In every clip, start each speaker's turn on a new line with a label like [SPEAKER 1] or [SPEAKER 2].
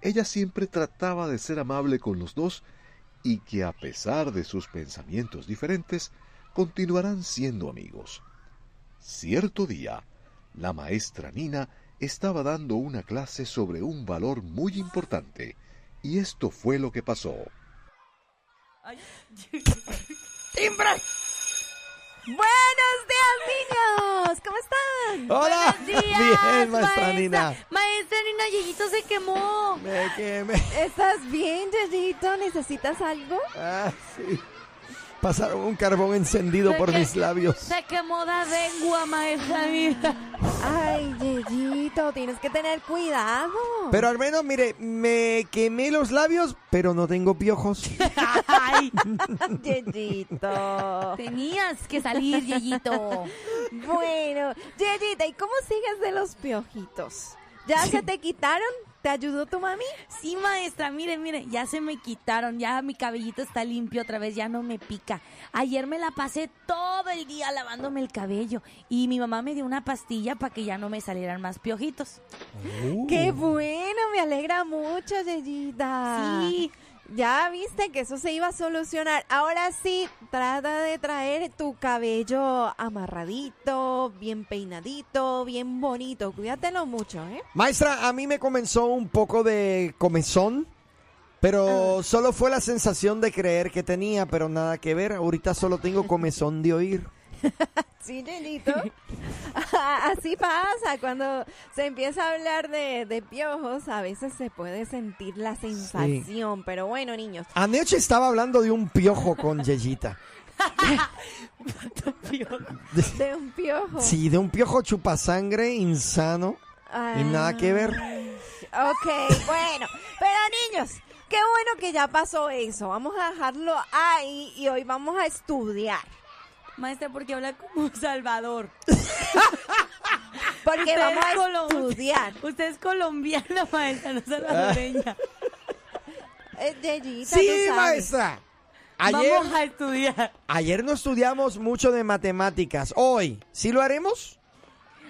[SPEAKER 1] Ella siempre trataba de ser amable con los dos y que a pesar de sus pensamientos diferentes, continuarán siendo amigos. Cierto día, la maestra Nina estaba dando una clase sobre un valor muy importante, y esto fue lo que pasó.
[SPEAKER 2] ¡Timbre!
[SPEAKER 3] Buenos días, niños. ¿Cómo están?
[SPEAKER 2] Hola.
[SPEAKER 3] Buenos días.
[SPEAKER 2] Bien, maestra Nina.
[SPEAKER 3] Maestra Nina, Yeyito se quemó.
[SPEAKER 2] Me quemé.
[SPEAKER 3] ¿Estás bien, Yeyito? ¿Necesitas algo?
[SPEAKER 2] Ah, sí. Pasaron un carbón encendido por
[SPEAKER 3] Se que-
[SPEAKER 2] mis labios.
[SPEAKER 3] Se quemó la lengua, maestra Nina.
[SPEAKER 4] Ay, Yeyito, tienes que tener cuidado.
[SPEAKER 2] Pero al menos, mire, me quemé los labios, pero no tengo piojos.
[SPEAKER 3] Ay,
[SPEAKER 4] Yeyito.
[SPEAKER 3] tenías que salir, Yeyito.
[SPEAKER 4] Bueno, Yeyita, ¿y cómo sigues de los piojitos? ¿Ya se te quitaron? ¿Te ayudó tu mami?
[SPEAKER 3] Sí, maestra, mire, mire, ya se me quitaron, ya mi cabellito está limpio otra vez, ya no me pica. Ayer me la pasé todo el día lavándome el cabello y mi mamá me dio una pastilla para que ya no me salieran más piojitos.
[SPEAKER 2] Uh.
[SPEAKER 4] ¡Qué bueno! Me alegra mucho, Yeyita.
[SPEAKER 3] Sí.
[SPEAKER 4] Ya viste que eso se iba a solucionar. Ahora sí, trata de traer tu cabello amarradito, bien peinadito, bien bonito. Cuídatelo mucho, ¿eh?
[SPEAKER 2] Maestra, a mí me comenzó un poco de comezón,
[SPEAKER 3] Ah.
[SPEAKER 2] pero solo fue la sensación de creer que tenía, pero nada que ver. Ahorita solo tengo comezón de oír.
[SPEAKER 4] Sí, Lilito. Así pasa, cuando se empieza a hablar de, de piojos, a veces se puede sentir la sensación. Pero bueno, niños,
[SPEAKER 2] Anoche estaba hablando de un piojo con Yeyita.
[SPEAKER 4] de un piojo.
[SPEAKER 2] Sí, de un piojo chupasangre insano.
[SPEAKER 4] Ay,
[SPEAKER 2] Y nada que ver.
[SPEAKER 3] Ah,
[SPEAKER 4] Ok, bueno. Pero niños, qué bueno que ya pasó eso. Vamos a dejarlo ahí y hoy vamos a estudiar.
[SPEAKER 3] Maestra, porque habla como Salvador.
[SPEAKER 4] Porque
[SPEAKER 3] Usted
[SPEAKER 4] vamos
[SPEAKER 3] es
[SPEAKER 4] a
[SPEAKER 3] colo-
[SPEAKER 4] estudiar.
[SPEAKER 3] Usted es colombiana, maestra, no salvadoreña.
[SPEAKER 4] Eh, Yeyita,
[SPEAKER 2] Sí,
[SPEAKER 4] tú sabes.
[SPEAKER 2] maestra. Ah, Ayer,
[SPEAKER 3] Vamos a estudiar.
[SPEAKER 2] ayer no estudiamos mucho de matemáticas. Hoy, ¿sí lo haremos?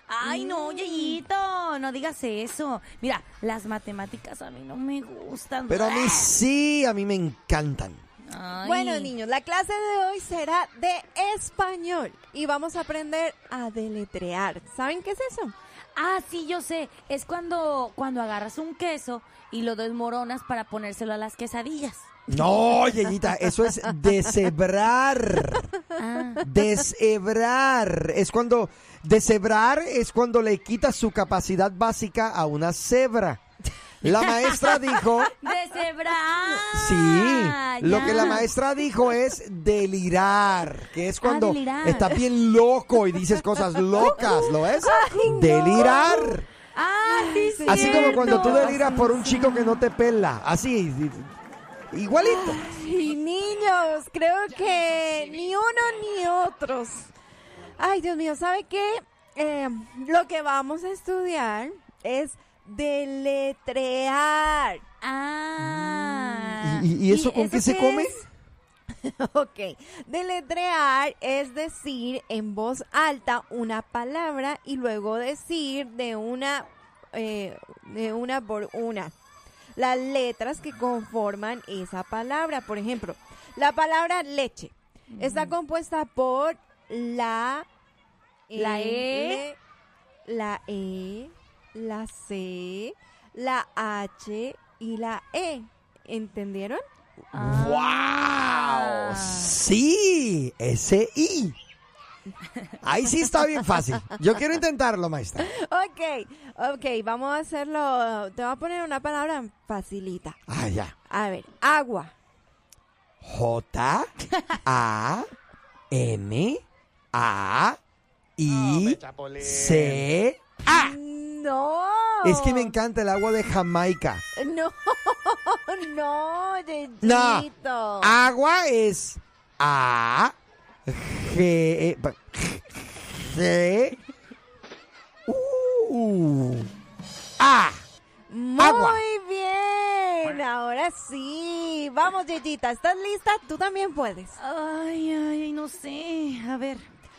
[SPEAKER 3] Ay, no, Yeyito, no digas eso. Mira, las matemáticas a mí no me gustan.
[SPEAKER 2] Pero a mí sí, a mí me encantan.
[SPEAKER 3] Ay.
[SPEAKER 4] Bueno, niños, la clase de hoy será de español y vamos a aprender a deletrear. ¿Saben qué es eso?
[SPEAKER 3] Ah, sí, yo sé. Es cuando, cuando agarras un queso y lo desmoronas para ponérselo a las quesadillas.
[SPEAKER 2] No, Yeyita, eso es deshebrar.
[SPEAKER 3] Ah,
[SPEAKER 2] Deshebrar. Es cuando. Deshebrar es cuando le quitas su capacidad básica a una cebra. La maestra dijo.
[SPEAKER 3] deshebrar.
[SPEAKER 2] Sí, lo
[SPEAKER 3] Ah, ya. Ah,
[SPEAKER 2] que la maestra dijo es delirar, que es cuando
[SPEAKER 3] delirar.
[SPEAKER 2] estás bien loco y dices cosas locas, ¿lo es? Delirar.
[SPEAKER 3] Ah, sí, sí.
[SPEAKER 2] Así como cuando tú
[SPEAKER 3] cierto.
[SPEAKER 2] deliras por un chico que no te pela, así, igualito.
[SPEAKER 4] Y niños, creo que ni uno ni otros. Ay, Dios mío, ¿sabe qué? Eh, lo que vamos a estudiar es deletrear.
[SPEAKER 3] Ah.
[SPEAKER 2] Mm, ¿Y, y- y eso con qué, se come?
[SPEAKER 3] es?
[SPEAKER 4] Ok, deletrear es decir en voz alta una palabra y luego decir de una, eh, de una por una las letras que conforman esa palabra. Por ejemplo, la palabra leche está compuesta por la
[SPEAKER 3] La E.
[SPEAKER 4] L, la E, la C, la H y la E. ¿Entendieron?
[SPEAKER 2] ¡Wow! Sí, ese I. Ahí sí está bien fácil. Yo quiero intentarlo, maestra.
[SPEAKER 4] Ok, ok, vamos a hacerlo. Te voy a poner una palabra facilita.
[SPEAKER 2] Ah, ya.
[SPEAKER 4] A ver, agua.
[SPEAKER 2] J A M A I C A.
[SPEAKER 4] No.
[SPEAKER 2] Ah. Es
[SPEAKER 4] Oh.
[SPEAKER 2] que me encanta el agua de Jamaica.
[SPEAKER 4] No, no,
[SPEAKER 2] No. Ah,
[SPEAKER 4] Yeyito.
[SPEAKER 2] Agua es A G E, G E, U Ah, A.
[SPEAKER 4] Muy
[SPEAKER 2] agua.
[SPEAKER 4] bien, ahora sí. Vamos, Yeyita, ¿estás lista? Tú también puedes.
[SPEAKER 3] Ay, ay, ay, no sé. A ver.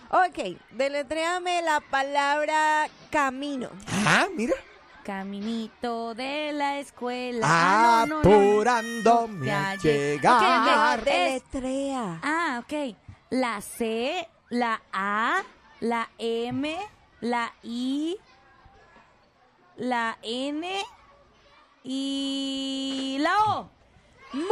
[SPEAKER 4] Ok, deletréame la palabra camino.
[SPEAKER 2] Ah, mira.
[SPEAKER 3] Caminito de la escuela. Ah, no, no, no, no.
[SPEAKER 2] Apurándome a
[SPEAKER 3] Ya llegué.
[SPEAKER 2] llegar.
[SPEAKER 3] Ok, ok. Es-
[SPEAKER 4] Deletrea.
[SPEAKER 3] Ah, ok. La C, la A, la M, la I, la N y la O.
[SPEAKER 4] Muy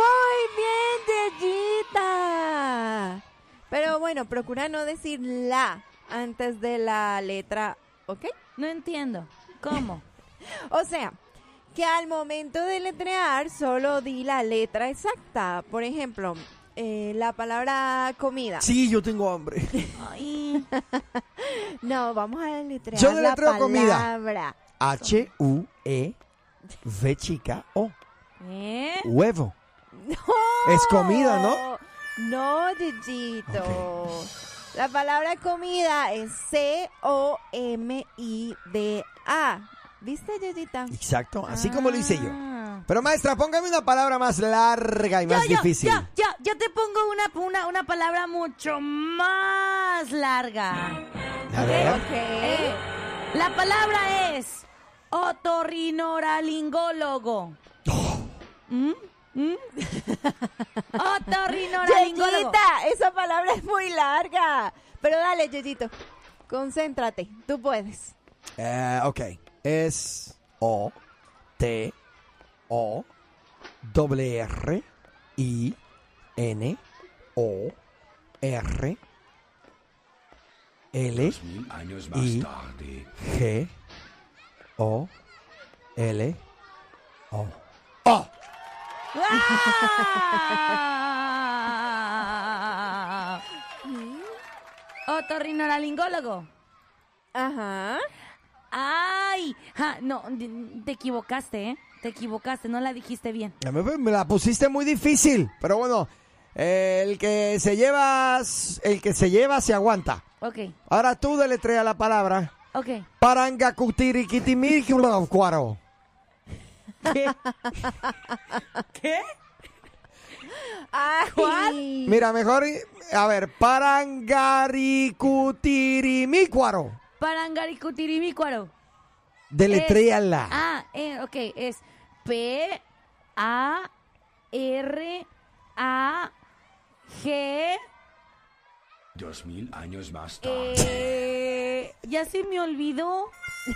[SPEAKER 4] bien, Yeyita. Pero bueno, procura no decir la antes de la letra, ¿ok?
[SPEAKER 3] No entiendo. ¿Cómo?
[SPEAKER 4] O sea, que al momento de letrear solo di la letra exacta. Por ejemplo, eh, la palabra comida.
[SPEAKER 2] Sí, yo tengo hambre.
[SPEAKER 3] Ay,
[SPEAKER 4] No, vamos a letrear
[SPEAKER 2] Yo
[SPEAKER 4] la
[SPEAKER 2] deletreo
[SPEAKER 4] palabra.
[SPEAKER 2] comida. H U E V chica O.
[SPEAKER 3] ¿eh?
[SPEAKER 2] Huevo.
[SPEAKER 4] No.
[SPEAKER 2] Es comida, ¿no?
[SPEAKER 4] No, Yeyito. La palabra comida es C-O-M-I-D-A. ¿Viste, Yeyita?
[SPEAKER 2] Exacto, así como lo hice yo.
[SPEAKER 3] Ah.
[SPEAKER 2] Pero maestra, póngame una palabra más larga y más
[SPEAKER 3] yo, yo,
[SPEAKER 2] difícil.
[SPEAKER 3] Yo, yo, yo te pongo una, una, una palabra mucho más larga.
[SPEAKER 2] A ver.
[SPEAKER 3] Eh, la palabra es otorrinolaringólogo. ¿Mm? ¿Mm? otorrinolaringólogo.
[SPEAKER 4] Yeyita, esa palabra es muy larga. Pero dale, Yeyito. Concéntrate, tú puedes.
[SPEAKER 2] Eh, ok. Es O T O W R I N O R L I G O L O O.
[SPEAKER 3] ¡Guau! Otorrinolaringólogo.
[SPEAKER 4] Ajá.
[SPEAKER 3] Ay, ja, no, de- te equivocaste, ¿eh? Te equivocaste, no la dijiste bien.
[SPEAKER 2] Ya Me, me la pusiste muy difícil, pero bueno, el que se lleva, el que se lleva se aguanta.
[SPEAKER 3] Ok,
[SPEAKER 2] Ahora tú deletrea la palabra.
[SPEAKER 3] ok.
[SPEAKER 2] Parangacutiriquitimilquiulaucuaro.
[SPEAKER 3] ¿Qué?
[SPEAKER 4] Ay.
[SPEAKER 2] Mira, mejor, eh, a ver, parangaricutirimícuaro.
[SPEAKER 3] Parangaricutirimícuaro.
[SPEAKER 2] Deletréala.
[SPEAKER 3] Ah, eh, ok, es P A R A G
[SPEAKER 5] Dos mil años más tarde.
[SPEAKER 3] eh, ya se me olvidó.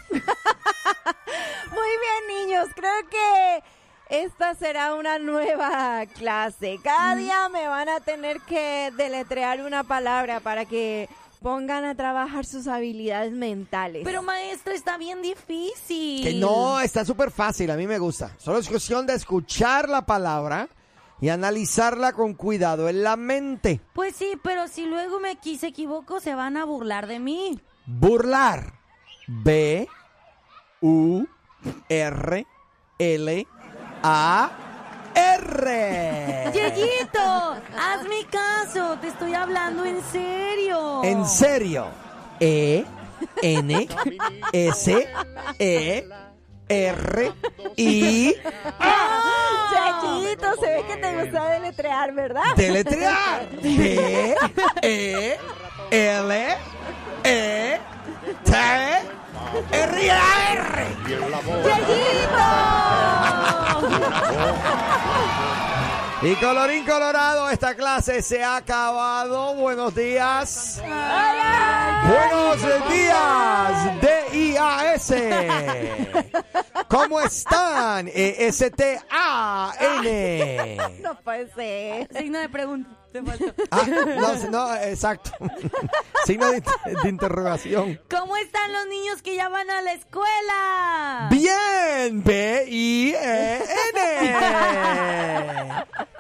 [SPEAKER 4] Muy bien, niños. Creo que esta será una nueva clase. Cada día me van a tener que deletrear una palabra para que pongan a trabajar sus habilidades mentales.
[SPEAKER 3] Pero maestra, está bien difícil.
[SPEAKER 2] Que no, está súper fácil, a mí me gusta. Solo es cuestión de escuchar la palabra y analizarla con cuidado en la mente.
[SPEAKER 3] Pues sí, pero si luego me aquí se equivoco, se van a burlar de mí.
[SPEAKER 2] Burlar. B U R L A R.
[SPEAKER 3] Yeyito, hazme caso, te estoy hablando en serio.
[SPEAKER 2] En serio. E N S E R I
[SPEAKER 3] Ah,
[SPEAKER 2] ¡Ah!
[SPEAKER 4] Chequito, Ah, se ve que te gusta deletrear, ¿verdad?
[SPEAKER 2] deletrear. B E L E T R A R.
[SPEAKER 6] Y en la
[SPEAKER 2] Y colorín colorado, esta clase se ha acabado. Buenos días. Buenos días, DIA. S-T-A-S. ¿Cómo están? Eh, S-T-A-N.
[SPEAKER 4] No puede ser.
[SPEAKER 3] Signo de pregunta. Te faltó.
[SPEAKER 2] Ah, no, no, exacto. Signo de, inter- de interrogación.
[SPEAKER 3] ¿Cómo están los niños que ya van a la escuela?
[SPEAKER 2] Bien, B-I-E-N.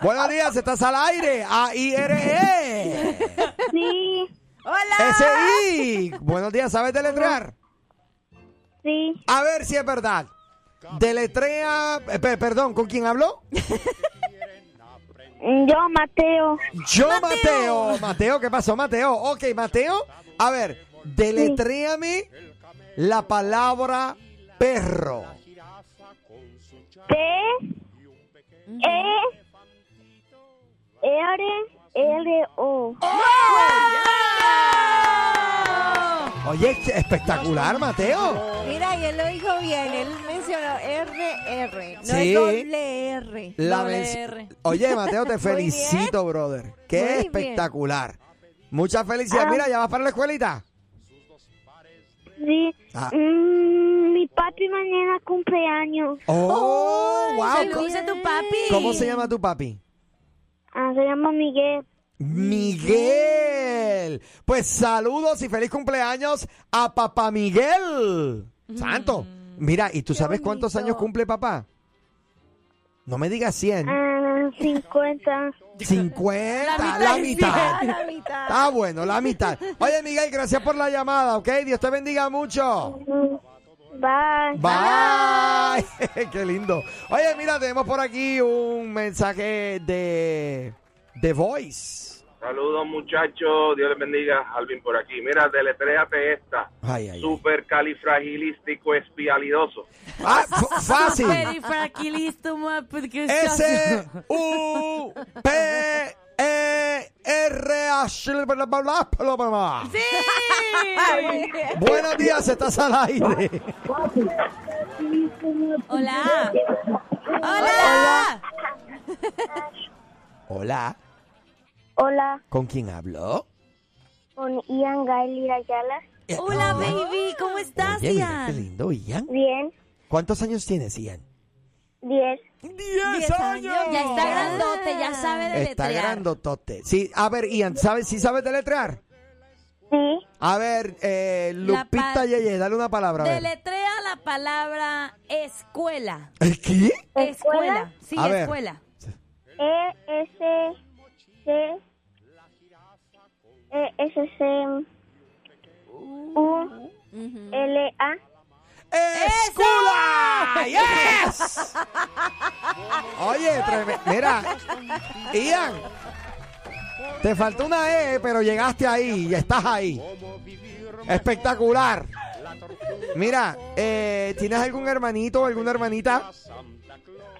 [SPEAKER 2] Buenos días, estás al aire. A-I-R-E.
[SPEAKER 7] Sí,
[SPEAKER 4] Hola.
[SPEAKER 2] S-I. Buenos días, ¿sabes deletrear?
[SPEAKER 7] sí,
[SPEAKER 2] A ver si es verdad. Deletrea. eh, pe- perdón, ¿con quién habló?
[SPEAKER 7] yo Mateo,
[SPEAKER 2] Yo, Mateo. Mateo. ¿qué pasó, Mateo? Ok, Mateo. A ver, deletréame la palabra perro.
[SPEAKER 7] P, E, R, L, O.
[SPEAKER 2] Oye, qué espectacular, Mateo.
[SPEAKER 4] Mira, y él lo dijo bien. Él mencionó RR. No
[SPEAKER 2] Sí.
[SPEAKER 4] es doble R.
[SPEAKER 2] La
[SPEAKER 3] Doble
[SPEAKER 2] venci-
[SPEAKER 3] R.
[SPEAKER 2] Oye, Mateo, te
[SPEAKER 4] Muy
[SPEAKER 2] felicito, brother.
[SPEAKER 4] Muy
[SPEAKER 2] Qué
[SPEAKER 4] bien.
[SPEAKER 2] espectacular. Muchas
[SPEAKER 3] Ah.
[SPEAKER 2] felicidades. Mira, ya vas para la escuelita.
[SPEAKER 7] Sí,
[SPEAKER 2] Ah.
[SPEAKER 7] Mm, mi papi mañana cumpleaños.
[SPEAKER 2] Oh,
[SPEAKER 3] Ay,
[SPEAKER 2] wow.
[SPEAKER 3] Saludos a tu papi.
[SPEAKER 2] ¿Cómo se llama tu papi?
[SPEAKER 7] Ah, se llama Miguel.
[SPEAKER 2] Miguel. Pues saludos y feliz cumpleaños a papá Miguel.
[SPEAKER 3] Mm.
[SPEAKER 2] Santo. Mira, ¿y tú sabes cuántos
[SPEAKER 4] bonito.
[SPEAKER 2] años cumple papá? No me digas 100.
[SPEAKER 7] Ah, 50.
[SPEAKER 2] 50, la mitad.
[SPEAKER 4] Ah, la mitad.
[SPEAKER 2] Ah, bueno, la mitad. Oye, Miguel, gracias por la llamada, ¿ok? Dios te bendiga mucho.
[SPEAKER 7] Mm, Bye.
[SPEAKER 2] Bye. Qué lindo. Oye, mira, tenemos por aquí un mensaje de, de voice.
[SPEAKER 8] Saludos muchachos, Dios les bendiga, Alvin por aquí. Mira, deletréate esta.
[SPEAKER 2] Ay, ay, ay.
[SPEAKER 8] Supercalifragilístico espialidoso.
[SPEAKER 2] Ah, f- fácil.
[SPEAKER 3] pues
[SPEAKER 2] S U P E R H bla, bla, bla, bla, bla, bla. Buenos días, estás al aire.
[SPEAKER 3] Hola. Hola.
[SPEAKER 2] Hola,
[SPEAKER 7] Hola,
[SPEAKER 2] ¿con quién hablo?
[SPEAKER 7] con Ian Gail Ayala.
[SPEAKER 2] Eh,
[SPEAKER 3] Hola,
[SPEAKER 2] oh,
[SPEAKER 3] baby. ¿Cómo estás,
[SPEAKER 2] Oye, mira qué
[SPEAKER 3] Ian?
[SPEAKER 2] lindo, Ian.
[SPEAKER 7] Bien,
[SPEAKER 2] ¿Cuántos años tienes, Ian?
[SPEAKER 7] 10.
[SPEAKER 2] ¡Diez
[SPEAKER 4] años.
[SPEAKER 3] Ya está grandote, ya sabe de
[SPEAKER 2] Está grandotote. Sí, a ver, Ian, ¿sabes, ¿sí sabes deletrear?
[SPEAKER 7] Sí,
[SPEAKER 2] A ver, eh,
[SPEAKER 3] La pa-
[SPEAKER 2] Lupita Yeye, dale una palabra. A ver.
[SPEAKER 3] Deletrea la palabra escuela.
[SPEAKER 2] ¿El qué?
[SPEAKER 3] Escuela.
[SPEAKER 7] ¿Escuela?
[SPEAKER 3] Sí,
[SPEAKER 2] A ver.
[SPEAKER 3] escuela.
[SPEAKER 7] E, S, C, E, S, C, U, L, A.
[SPEAKER 2] ¡Escula! ¡Yes! Oye, treme- mira, Ian, te faltó una E, pero llegaste ahí, ya estás ahí. Espectacular. Mira, eh, ¿tienes algún hermanito o alguna hermanita?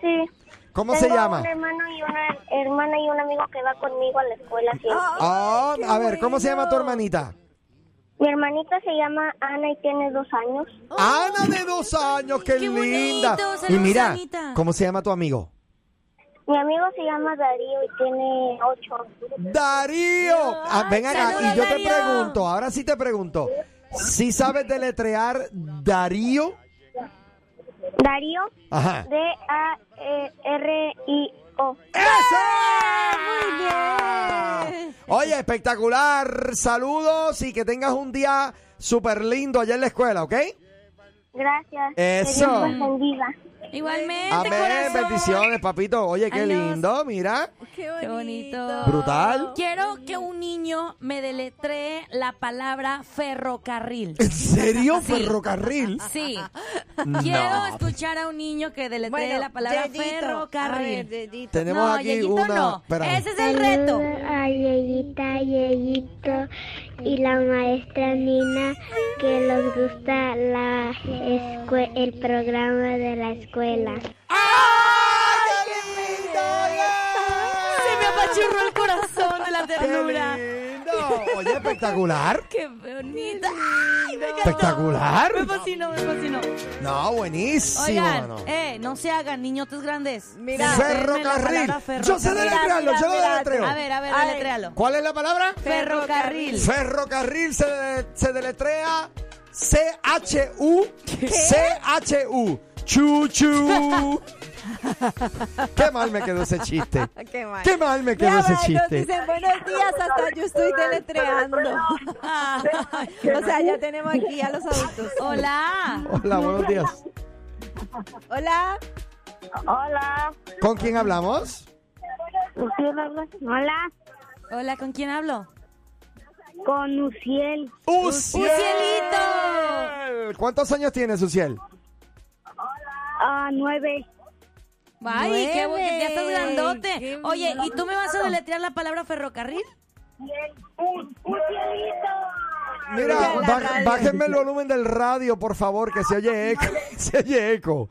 [SPEAKER 7] Sí.
[SPEAKER 2] ¿Cómo se
[SPEAKER 7] Tengo
[SPEAKER 2] llama?
[SPEAKER 7] Un hermano y una hermana y un amigo que va conmigo a la escuela siempre.
[SPEAKER 2] Ah, a ver, ¿cómo se llama tu hermanita?
[SPEAKER 7] Mi hermanita se llama Ana y tiene dos años.
[SPEAKER 2] Ana de dos años, qué,
[SPEAKER 3] qué
[SPEAKER 2] linda.
[SPEAKER 3] bonito, saludos,
[SPEAKER 2] Y mira,
[SPEAKER 3] Anita.
[SPEAKER 2] ¿cómo se llama tu amigo?
[SPEAKER 7] Mi amigo se llama Darío y tiene ocho.
[SPEAKER 2] Darío. Ah, ven acá,
[SPEAKER 3] Saluda,
[SPEAKER 2] y yo te
[SPEAKER 3] Darío.
[SPEAKER 2] pregunto, ahora sí te pregunto, ¿sí sabes deletrear Darío?
[SPEAKER 7] Darío,
[SPEAKER 2] Ajá.
[SPEAKER 7] E D-A-R-I-O.
[SPEAKER 3] ¡Eh!
[SPEAKER 2] ¡Eso! Muy bien. Oye, espectacular. Saludos y que tengas un día súper lindo allá en la escuela, ¿ok?
[SPEAKER 7] Gracias.
[SPEAKER 2] Eso.
[SPEAKER 7] Que Dios los bendiga.
[SPEAKER 3] Igualmente,
[SPEAKER 2] Amén,
[SPEAKER 3] corazón.
[SPEAKER 2] bendiciones, papito. Oye, qué
[SPEAKER 3] Ay, no.
[SPEAKER 2] lindo, mira.
[SPEAKER 4] Qué
[SPEAKER 3] Qué bonito.
[SPEAKER 2] Brutal.
[SPEAKER 3] Quiero que un niño me deletree la palabra ferrocarril.
[SPEAKER 2] ¿En serio?
[SPEAKER 3] Sí.
[SPEAKER 2] Ferrocarril.
[SPEAKER 3] Sí.
[SPEAKER 2] No.
[SPEAKER 3] Quiero escuchar a un niño que deletree
[SPEAKER 4] Bueno,
[SPEAKER 3] la palabra
[SPEAKER 4] dedito. A ver,
[SPEAKER 3] ferrocarril.
[SPEAKER 4] dedito.
[SPEAKER 2] Tenemos
[SPEAKER 3] no,
[SPEAKER 2] aquí
[SPEAKER 3] Yeyito,
[SPEAKER 2] una.
[SPEAKER 3] no.
[SPEAKER 2] espérame.
[SPEAKER 3] Ese es el reto.
[SPEAKER 7] A Yeyita, Yeyito y la maestra Nina que les gusta la el programa de la escuela.
[SPEAKER 2] ¡Ay, qué lindo!
[SPEAKER 3] Se me apachurró el corazón de la
[SPEAKER 2] ¡Qué
[SPEAKER 3] ternura.
[SPEAKER 2] lindo! Oye, espectacular.
[SPEAKER 3] Qué bonita. Ay, me encantó.
[SPEAKER 2] Espectacular.
[SPEAKER 3] Me fascinó, me fascinó.
[SPEAKER 2] No, buenísimo,
[SPEAKER 3] Oigan,
[SPEAKER 2] mano.
[SPEAKER 3] eh, no se hagan niñotes grandes.
[SPEAKER 4] Mira,
[SPEAKER 3] Denme la
[SPEAKER 2] ferrocarril.
[SPEAKER 3] palabra
[SPEAKER 2] Yo sé
[SPEAKER 3] ferrocarril.
[SPEAKER 2] deletrearlo,
[SPEAKER 4] mira,
[SPEAKER 2] yo lo
[SPEAKER 4] mira.
[SPEAKER 2] deletreo.
[SPEAKER 3] A ver, a ver,
[SPEAKER 4] Ay.
[SPEAKER 3] deletréalo.
[SPEAKER 2] ¿Cuál es la palabra?
[SPEAKER 3] Ferrocarril.
[SPEAKER 2] Ferrocarril se, se deletrea C-H-U. C-H-U. Chu, chu. Qué mal me quedó ese chiste.
[SPEAKER 4] Qué mal.
[SPEAKER 2] Qué mal
[SPEAKER 4] Ya
[SPEAKER 2] me quedó ese
[SPEAKER 4] va, y nos
[SPEAKER 2] chiste.
[SPEAKER 4] dicen buenos días, hasta yo estoy deletreando. o sea, ya tenemos aquí a los adultos.
[SPEAKER 3] Hola.
[SPEAKER 2] Hola, buenos días.
[SPEAKER 4] Hola.
[SPEAKER 9] Hola.
[SPEAKER 2] ¿Con quién hablamos?
[SPEAKER 9] ¿Usted habla? Hola.
[SPEAKER 3] Hola, ¿con quién hablo?
[SPEAKER 9] Con Uciel.
[SPEAKER 2] ¡Uciel!
[SPEAKER 3] ¡Ucielito!
[SPEAKER 2] ¿Cuántos años tienes, Uciel?
[SPEAKER 9] Ah, nueve.
[SPEAKER 3] Ay, qué bueno, que ya estás
[SPEAKER 4] Nueve.
[SPEAKER 3] grandote.
[SPEAKER 4] Qué
[SPEAKER 3] Oye, ¿y tú me vas a deletrear la palabra ferrocarril?
[SPEAKER 2] Mira,
[SPEAKER 4] Mira la
[SPEAKER 2] baj-
[SPEAKER 4] radio.
[SPEAKER 2] bájenme el volumen del radio, por favor, que se oye eco. Se oye eco.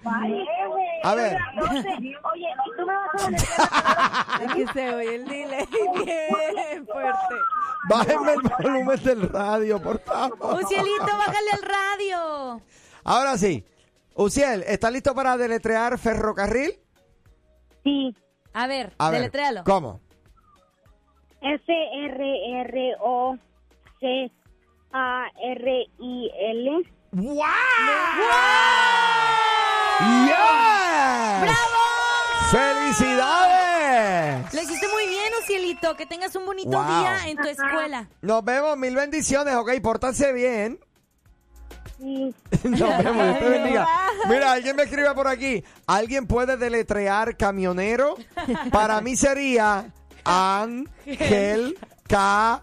[SPEAKER 2] A ver.
[SPEAKER 9] Oye, tú me vas a
[SPEAKER 4] Aquí se oye el delay bien fuerte.
[SPEAKER 2] Bájenme el volumen del radio, por favor.
[SPEAKER 3] Ucielito, bájale al
[SPEAKER 4] Oh.
[SPEAKER 3] radio.
[SPEAKER 2] Ahora sí. Uciel, ¿estás listo para deletrear ferrocarril?
[SPEAKER 9] Sí.
[SPEAKER 3] A ver,
[SPEAKER 2] A ver.
[SPEAKER 3] deletréalo.
[SPEAKER 2] ¿Cómo?
[SPEAKER 9] F-R-R-O-C-A-R-I-L.
[SPEAKER 2] ¡Wow! ¡Yes! ¡Felicidades!
[SPEAKER 3] Lo hiciste muy bien, Ucielito. Que tengas un bonito
[SPEAKER 2] Wow.
[SPEAKER 3] día en tu escuela.
[SPEAKER 2] Nos vemos, mil bendiciones, ok, pórtanse bien.
[SPEAKER 9] Sí.
[SPEAKER 2] Nos vemos, Dios te bendiga. Mira, alguien me escribe por aquí. ¿Alguien puede deletrear camionero? Para mí sería Ángel Caído.